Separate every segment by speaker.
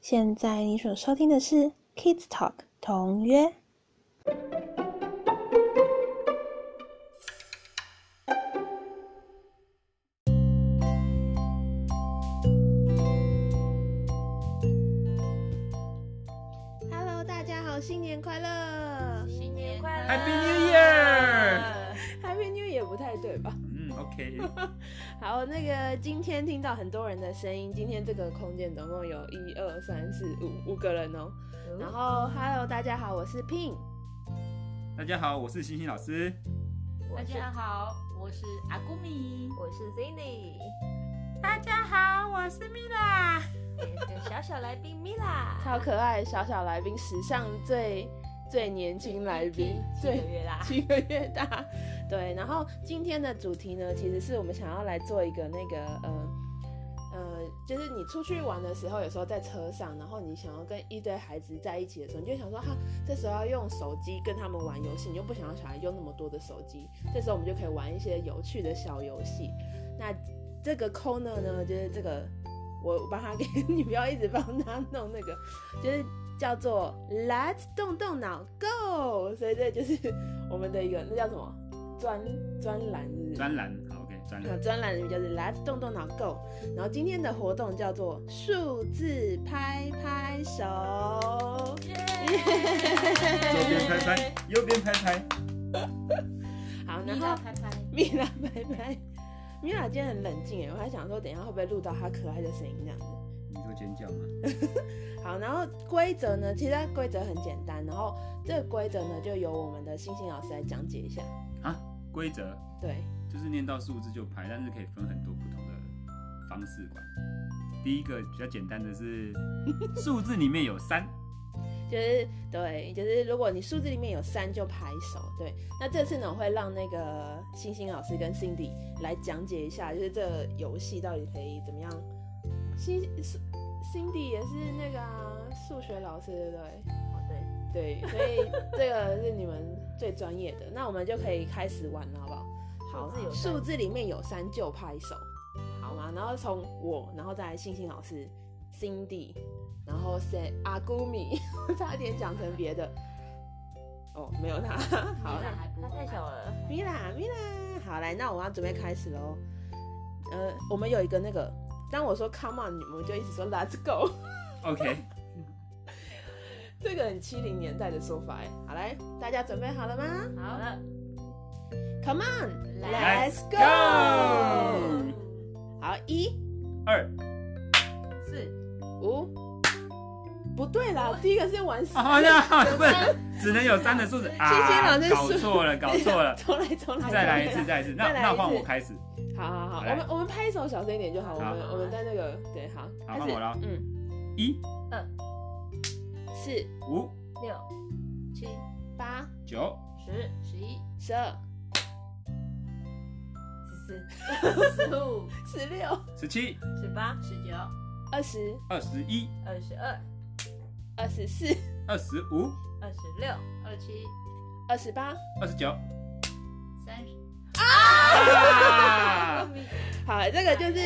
Speaker 1: 现在你所收听的是《Kids Talk》同约。Hello，大家好，新年快乐
Speaker 2: 新年快乐
Speaker 3: Happy New Year！
Speaker 1: ！Happy New Year 不太对吧？
Speaker 3: 嗯，OK，
Speaker 1: 好，那个今天听到很多人的声音，今天这个空间总共有一二三四五五个人哦。然后，Hello，大家好，我是 Pin。
Speaker 3: 大家好，我是星星老 师。
Speaker 2: 大
Speaker 4: 我是
Speaker 2: 家好，我是阿古米。
Speaker 4: 我是 Zinny，
Speaker 2: 大家好，我是米拉。
Speaker 4: 也是哎小小来宾 Mila，
Speaker 1: 超可爱，小小来宾，史上最最年轻来宾，
Speaker 4: 七个
Speaker 1: 最
Speaker 4: 月啦，
Speaker 1: 七个月大。对，然后今天的主题呢，其实是我们想要来做一个那个呃呃，就是你出去玩的时候，有时候在车上，然后你想要跟一堆孩子在一起的时候，你就想说哈、这时候要用手机跟他们玩游戏，你就不想要小孩用那么多的手机，这时候我们就可以玩一些有趣的小游戏。那这个 corner 呢，就是这个我帮他给 你，不要一直帮他弄那个，就是叫做 Let's 动动脑 Go，所以这就是我们的一个那叫什么专专栏是不是
Speaker 3: 专栏好，OK，专
Speaker 1: 呃
Speaker 3: 栏。
Speaker 1: 专栏的名叫做 Let's 动动脑 Go，然后今天的活动叫做数字拍拍手。
Speaker 3: 左边拍拍，右边拍拍。
Speaker 1: 好，然
Speaker 2: 米拉
Speaker 1: 后
Speaker 2: 拍拍，
Speaker 1: 米拉拜拜。米拉今天很冷静哎，我还想说等一下会不会录到她可爱的声音这样子。
Speaker 3: 你说尖叫吗？
Speaker 1: 好，然后规则呢，其实它规则很简单，然后这个规则呢就由我们的星星老师来讲解一下。
Speaker 3: 啊，规则
Speaker 1: 对，
Speaker 3: 就是念到数字就拍，但是可以分很多不同的方式管。第一个比较简单的 是数字里面有三，
Speaker 1: 就是对，就是如果你数字里面有三就拍手。对，那这次呢我会让那个星星老师跟 Cindy 来讲解一下，就是这个游戏到底可以怎么样。星 Cindy 也是那个啊数、学老师，对不对？
Speaker 4: 哦对，
Speaker 1: 对，所以这个是你们最专业的，那我们就可以开始玩了，好不好？好
Speaker 4: 数字，有三
Speaker 1: 数字里面有三就拍手，好吗？然后从我，然后再来星星老师、Cindy，然后 Say 阿姑米， 差点讲成别的，哦，没有他，好
Speaker 2: 米
Speaker 1: 啦
Speaker 2: 拉还不
Speaker 4: 他太小了，
Speaker 1: 米啦米啦，好来，那我们要准备开始喽。呃，我们有一个那个，当我说 Come on，你们就一直说 Let's go。
Speaker 3: ，OK，
Speaker 1: 这个很七零年代的说法哎。好来，大家准备好了吗
Speaker 4: 好了，
Speaker 1: ？Come on,
Speaker 3: Let's
Speaker 1: go！好，一
Speaker 3: 二
Speaker 2: 四，
Speaker 1: 五，不对啦，第一个是玩死，
Speaker 3: 啊，好像不是，只能有三的 数字啊
Speaker 1: 谢谢老师，
Speaker 3: 搞错了，搞错了，
Speaker 1: 重来重来，
Speaker 3: 再来一次，。再来一次，那
Speaker 1: 再来一
Speaker 3: 那
Speaker 1: 次
Speaker 3: 换我开始，
Speaker 1: 好好好，
Speaker 3: 好
Speaker 1: 我
Speaker 3: 来
Speaker 1: 们我们拍手小声一点就好，我
Speaker 3: 好
Speaker 1: 们我们在那个对好，
Speaker 3: 好
Speaker 1: 开始
Speaker 3: 换我了
Speaker 1: 嗯，
Speaker 3: 一
Speaker 1: 四
Speaker 3: 五
Speaker 4: 六七
Speaker 1: 八
Speaker 3: 九
Speaker 4: 十
Speaker 2: 十一，
Speaker 1: 十二
Speaker 4: 十
Speaker 2: 十五，
Speaker 1: 十六
Speaker 3: 十七
Speaker 4: 四十八
Speaker 2: 十九，
Speaker 1: 二十
Speaker 3: 二十一
Speaker 4: 二十二
Speaker 1: 二十四
Speaker 3: 二十五
Speaker 4: 二十六
Speaker 2: 二七，
Speaker 1: 二十八。
Speaker 3: 二十九。
Speaker 2: 三十。
Speaker 3: 啊！
Speaker 1: 好，这个就是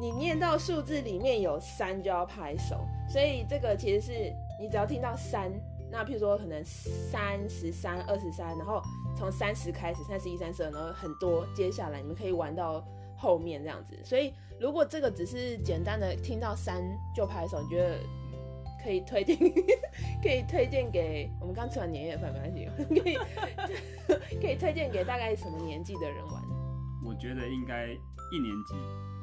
Speaker 1: 你念到数字里面有三就要拍手，所以这个其实是你只要听到三，那譬如说可能三十三、二十三，然后从三十开始，三十一、三十二，然后很多，接下来你们可以玩到后面这样子。所以如果这个只是简单的听到三就拍手，你觉得可以推荐， 可以推荐给我们刚吃完年夜饭没关系，可以可以推荐给大概什么年纪的人玩？
Speaker 3: 我觉得应该一年级，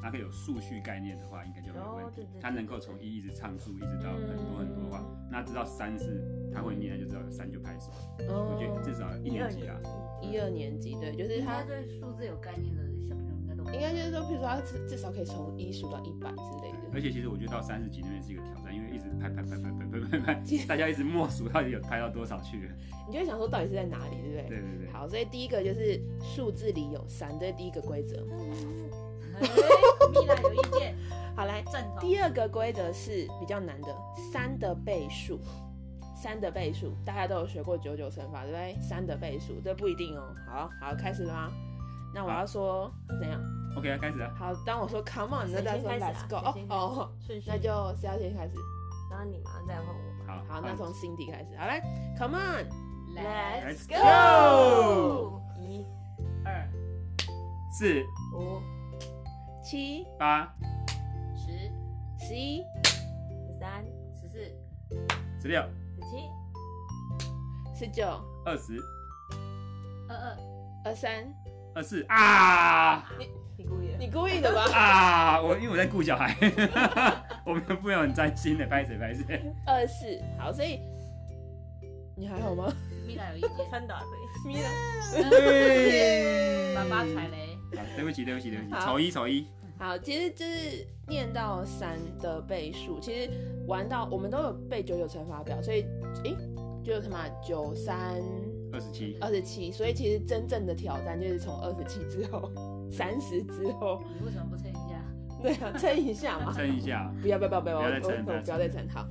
Speaker 3: 它可以有数序概念的话，应该就没有问
Speaker 4: 哦对
Speaker 3: 题
Speaker 4: 对对。
Speaker 3: 它能够从一一直唱数，一直到很多很多的话，那知道三是它会念，那就知道有三就拍手。我觉得至少一
Speaker 4: 一
Speaker 3: 年
Speaker 4: 二
Speaker 3: 级
Speaker 4: 年
Speaker 3: 啊，
Speaker 1: 哦一二年级，对，就是
Speaker 2: 应
Speaker 1: 他
Speaker 2: 该对数字有概念的小朋友应该都
Speaker 1: 应该就是说，譬如说他至至少可以从一数到一百之类的。
Speaker 3: 而且其实我觉得到三十级那边是一个挑战，因为一直拍拍拍拍拍拍拍拍，大家一直默数到底有拍到多少去了。
Speaker 1: 你就会想说到底是在哪里，对不对？
Speaker 3: 对对对，
Speaker 1: 好，所以第一个就是数字里有三，这是第一个规则。
Speaker 2: 哎米拉有意见，
Speaker 1: 好，来，
Speaker 2: 正头。
Speaker 1: 第二个规则是比较难的，三的倍数。三的倍数，大家都有学过九九乘法，对不对？三的倍数，这不一定哦。好好，开始了吗？那我要说怎样？
Speaker 3: ，OK，开始啊。
Speaker 1: 好，当我说 come on，那
Speaker 4: 谁
Speaker 1: 大家
Speaker 4: 先
Speaker 1: 说
Speaker 4: 开始
Speaker 1: let's
Speaker 4: 啊
Speaker 1: go
Speaker 4: 谁先
Speaker 1: 哦哦，
Speaker 4: 顺序
Speaker 1: 那就谁要先开始？
Speaker 4: 然后你嘛，再换我嘛。
Speaker 3: 好，
Speaker 1: 好，那从 Cindy 开始，好来，Come on，
Speaker 2: 来
Speaker 4: Let's
Speaker 3: go！
Speaker 4: go！
Speaker 1: 一
Speaker 2: 二
Speaker 3: 四
Speaker 4: 五、
Speaker 1: 七
Speaker 3: 八
Speaker 2: 十
Speaker 1: 十一，
Speaker 4: 十三、
Speaker 2: 十四
Speaker 3: 十六
Speaker 4: 十七、
Speaker 1: 十九
Speaker 3: 二十
Speaker 2: 二二
Speaker 1: 二三，
Speaker 3: 二四啊
Speaker 4: 你故意的。
Speaker 1: 你故意的 吧？
Speaker 3: 啊！我因为我在顾小孩， 我们不有很专心的拍谁拍谁。
Speaker 1: 二四，好，所以你还好吗？
Speaker 2: 米拉有意见，
Speaker 4: 穿打可以。
Speaker 1: 米拉，
Speaker 3: 对
Speaker 2: 爸爸踩雷，
Speaker 3: 好，对不起，对不起，对不起，
Speaker 1: 好
Speaker 3: 丑一丑一，
Speaker 1: 好，其实就是念到三的倍数，其实玩到我们都有背九九乘法表，所以诶，九九乘法九三
Speaker 3: 二十七，
Speaker 1: 二十七，所以其实真正的挑战就是从二十七之后，三十之后，
Speaker 2: 你为什么不称一下？
Speaker 1: 对啊，撑一下嘛，
Speaker 3: 称一下，
Speaker 1: 不要不要不要不要，
Speaker 3: 嗯不
Speaker 1: 我
Speaker 3: 要再撑
Speaker 1: 我我
Speaker 3: 不
Speaker 1: 不
Speaker 3: 要
Speaker 1: 要
Speaker 3: 再
Speaker 1: 再乘好。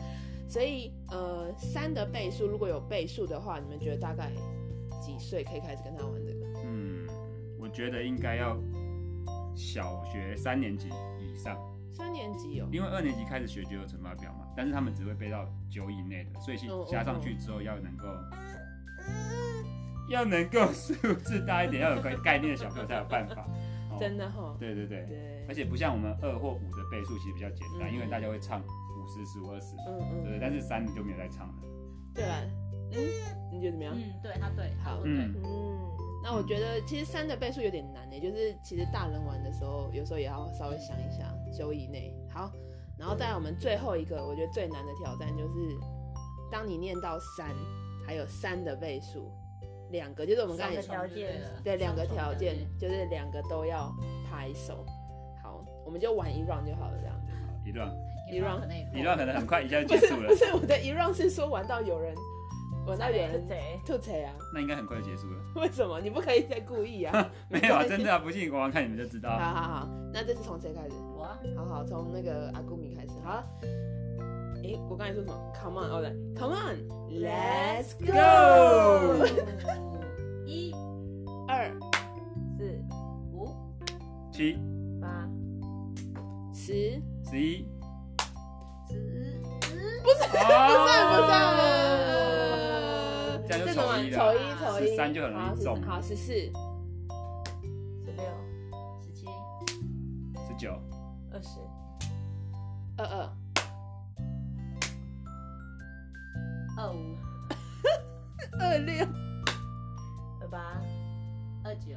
Speaker 1: 所以呃，三的倍数如果有倍数的话，你们觉得大概几岁可以开始跟他玩这个？
Speaker 3: 嗯，我觉得应该要小学三年级以上，
Speaker 1: 三年级哦，
Speaker 3: 因为二年级开始学九九乘法表嘛，但是他们只会背到九以内的，所以其实
Speaker 1: 哦哦
Speaker 3: 加上去之后要能够。要能够数字大一点，要有概概念的小朋友才有办法。哦
Speaker 1: 真的哈、哦，
Speaker 3: 对对对，
Speaker 1: 对
Speaker 3: 而且不像我们二或五的倍数其实比较简单，
Speaker 1: 嗯
Speaker 3: 因为大家会唱五十、十五、二十，
Speaker 1: 嗯
Speaker 3: 对不对。
Speaker 1: 嗯，
Speaker 3: 但是三你就没有在唱了。
Speaker 1: 对啊，嗯，你觉得怎么样？
Speaker 2: 嗯，对他对，他
Speaker 1: 好
Speaker 2: 说
Speaker 3: 嗯
Speaker 2: 对，
Speaker 4: 嗯，
Speaker 1: 那我觉得其实三的倍数有点难呢，就是其实大人玩的时候，有时候也要稍微想一想，九以内。好，然后再来我们最后一个，我觉得最难的挑战就是，当你念到三，还有三的倍数，两个就是我
Speaker 4: 我
Speaker 1: 们刚才也
Speaker 4: 的
Speaker 1: 说
Speaker 4: 条件了。
Speaker 1: 对两个条件，就是两个都要拍手。好，我们就玩一 round 就好了，这样子。
Speaker 3: 好一段
Speaker 2: 一乱可能也够
Speaker 3: 一段可能很快一下就
Speaker 1: 不
Speaker 3: 结
Speaker 1: 是
Speaker 3: 束了
Speaker 1: 哦 不，是，我的一 round 是说玩到有人玩到有人
Speaker 4: 贼。
Speaker 1: 吐槽啊？
Speaker 3: 那应该很快就结束了。
Speaker 1: 为什么？你不可以再故意啊？
Speaker 3: 没有啊，真的啊，不信你玩玩看你们就知道
Speaker 1: 好
Speaker 3: 啊。
Speaker 1: 好好，那这是从谁开始？
Speaker 2: 我啊
Speaker 1: 好好，从那个阿古米开始。好，诶，我刚才说什么？Come on，哦对，Come on，Let's go。
Speaker 2: 一
Speaker 1: 二
Speaker 4: 四、
Speaker 2: 五
Speaker 3: 七、
Speaker 4: 八、
Speaker 1: 十，
Speaker 3: 十一，
Speaker 2: 十
Speaker 3: 不
Speaker 1: 不算
Speaker 3: 哦
Speaker 1: 不算
Speaker 3: 算，这样就
Speaker 1: 种
Speaker 3: 丑
Speaker 1: 玩
Speaker 3: 一
Speaker 1: 丑
Speaker 3: 了。
Speaker 1: 一丑一，
Speaker 3: 13就很容易
Speaker 1: 好十
Speaker 3: 中
Speaker 1: 好，十四、
Speaker 4: 十六、
Speaker 2: 十七
Speaker 3: 十九、
Speaker 4: 二十、
Speaker 1: 二二、
Speaker 2: 二五
Speaker 1: 二六、
Speaker 4: 二八、
Speaker 2: 二九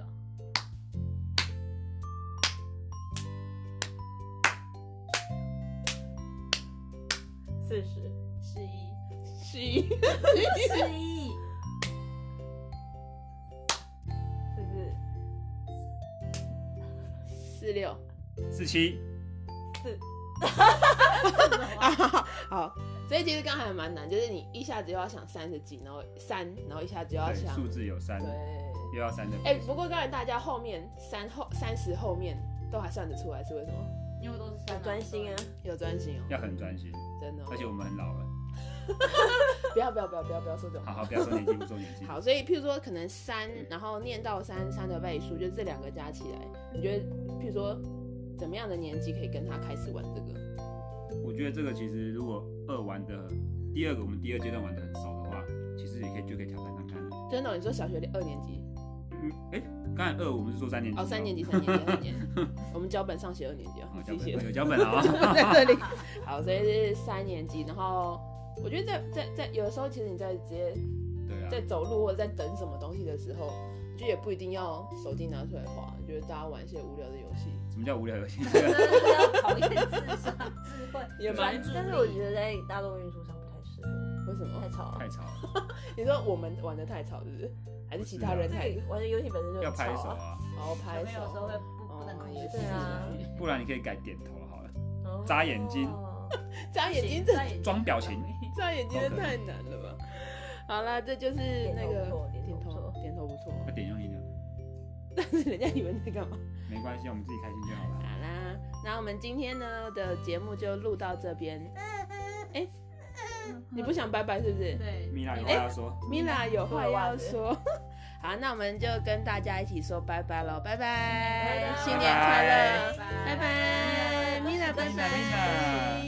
Speaker 4: 四十、
Speaker 2: 十一
Speaker 1: 十一、
Speaker 2: 十一
Speaker 4: 四四、
Speaker 1: 四六。
Speaker 3: 十七，
Speaker 4: 四，
Speaker 1: 好，所以其实刚才还蛮难，就是你一下子又要想三十几，然后三，然后一下子又要
Speaker 3: 对，
Speaker 1: 想
Speaker 3: 数字有三，
Speaker 1: 对。
Speaker 3: 又要三的
Speaker 1: 哎、
Speaker 3: 倍数。
Speaker 1: 不过刚才大家后面三后三十后面都还算得出来，是为什么？
Speaker 2: 因为都是
Speaker 4: 要
Speaker 2: 三
Speaker 4: 专心 啊！！
Speaker 1: 有专心哦，
Speaker 3: 要很专心，
Speaker 1: 真的、哦。
Speaker 3: 而且我们很老了。
Speaker 1: 不要不要不要不要不要说这种
Speaker 3: 好嗯
Speaker 1: 话。
Speaker 3: 好，不要说年纪，不说年纪。
Speaker 1: 好，所以譬如说可能三，然后念到三三的倍数，就这两个加起来，你觉得譬如说怎么样的年纪可以跟他开始玩这个？
Speaker 3: 我觉得这个其实如果二玩的第二个，我们第二阶段玩的很熟的话，其实也可以就可以挑战看看。
Speaker 1: 真的哦、你说小学二年级
Speaker 3: 嗯，哎、刚才二我们是说三年级
Speaker 1: 哦，三年级三年级三年级，我们脚本上写二年级哦，
Speaker 3: 好
Speaker 1: 你
Speaker 3: 脚
Speaker 1: 自己
Speaker 3: 本嗯
Speaker 1: 写的
Speaker 3: 有脚本了 啊。
Speaker 1: 在这里。好，所以是三年级，然后我觉得在在在有的时候，其实你在直接
Speaker 3: 对啊，
Speaker 1: 在走路或者在等什么东西的时候，你就也不一定要手机拿出来滑，就是大家玩一些无聊的游戏。
Speaker 3: 什么叫无聊游 戏？
Speaker 2: 真
Speaker 1: 哦
Speaker 2: 的要考验智商、智慧、
Speaker 1: 也
Speaker 2: 专
Speaker 1: 蛮
Speaker 2: 注力。
Speaker 4: 但是我觉得在大众运输上不太适合，
Speaker 1: 为什么
Speaker 4: 太？吵
Speaker 3: 太
Speaker 4: 了。
Speaker 3: 吵了，
Speaker 1: 你说我们玩的太吵，是不是？还是其他人
Speaker 4: 这
Speaker 1: 太
Speaker 4: 个玩的游戏本身就
Speaker 3: 要
Speaker 4: 很吵
Speaker 3: 拍手
Speaker 4: 啊。
Speaker 3: 啊，
Speaker 1: 然后
Speaker 2: 小朋
Speaker 1: 拍
Speaker 2: 友有时候
Speaker 1: 手？
Speaker 2: 会不不能控制自
Speaker 4: 对啊
Speaker 2: 己情绪，
Speaker 3: 不然你可以改点头好了，
Speaker 4: 哦
Speaker 3: 眨眼睛
Speaker 1: 眨眼睛这
Speaker 3: 装表情
Speaker 1: 眨眼睛真的太难了吧？好啦，这就是那个
Speaker 4: 点头不错点头不错
Speaker 1: 点头不错，
Speaker 3: 那点用力呢？
Speaker 1: 但是人家以为你在干嘛？
Speaker 3: 没关系，我们自己开心就好了。
Speaker 1: 好啦，那我们今天呢的节目就录到这边。哎、你不想拜拜是不是？
Speaker 2: 对，
Speaker 3: 米娜有话
Speaker 2: 哎
Speaker 3: 要说，
Speaker 1: 米娜有话要说。 好，那我们就跟大家一起说拜拜喽，拜拜，新年快乐，拜拜，米娜，拜
Speaker 3: 米娜，米娜。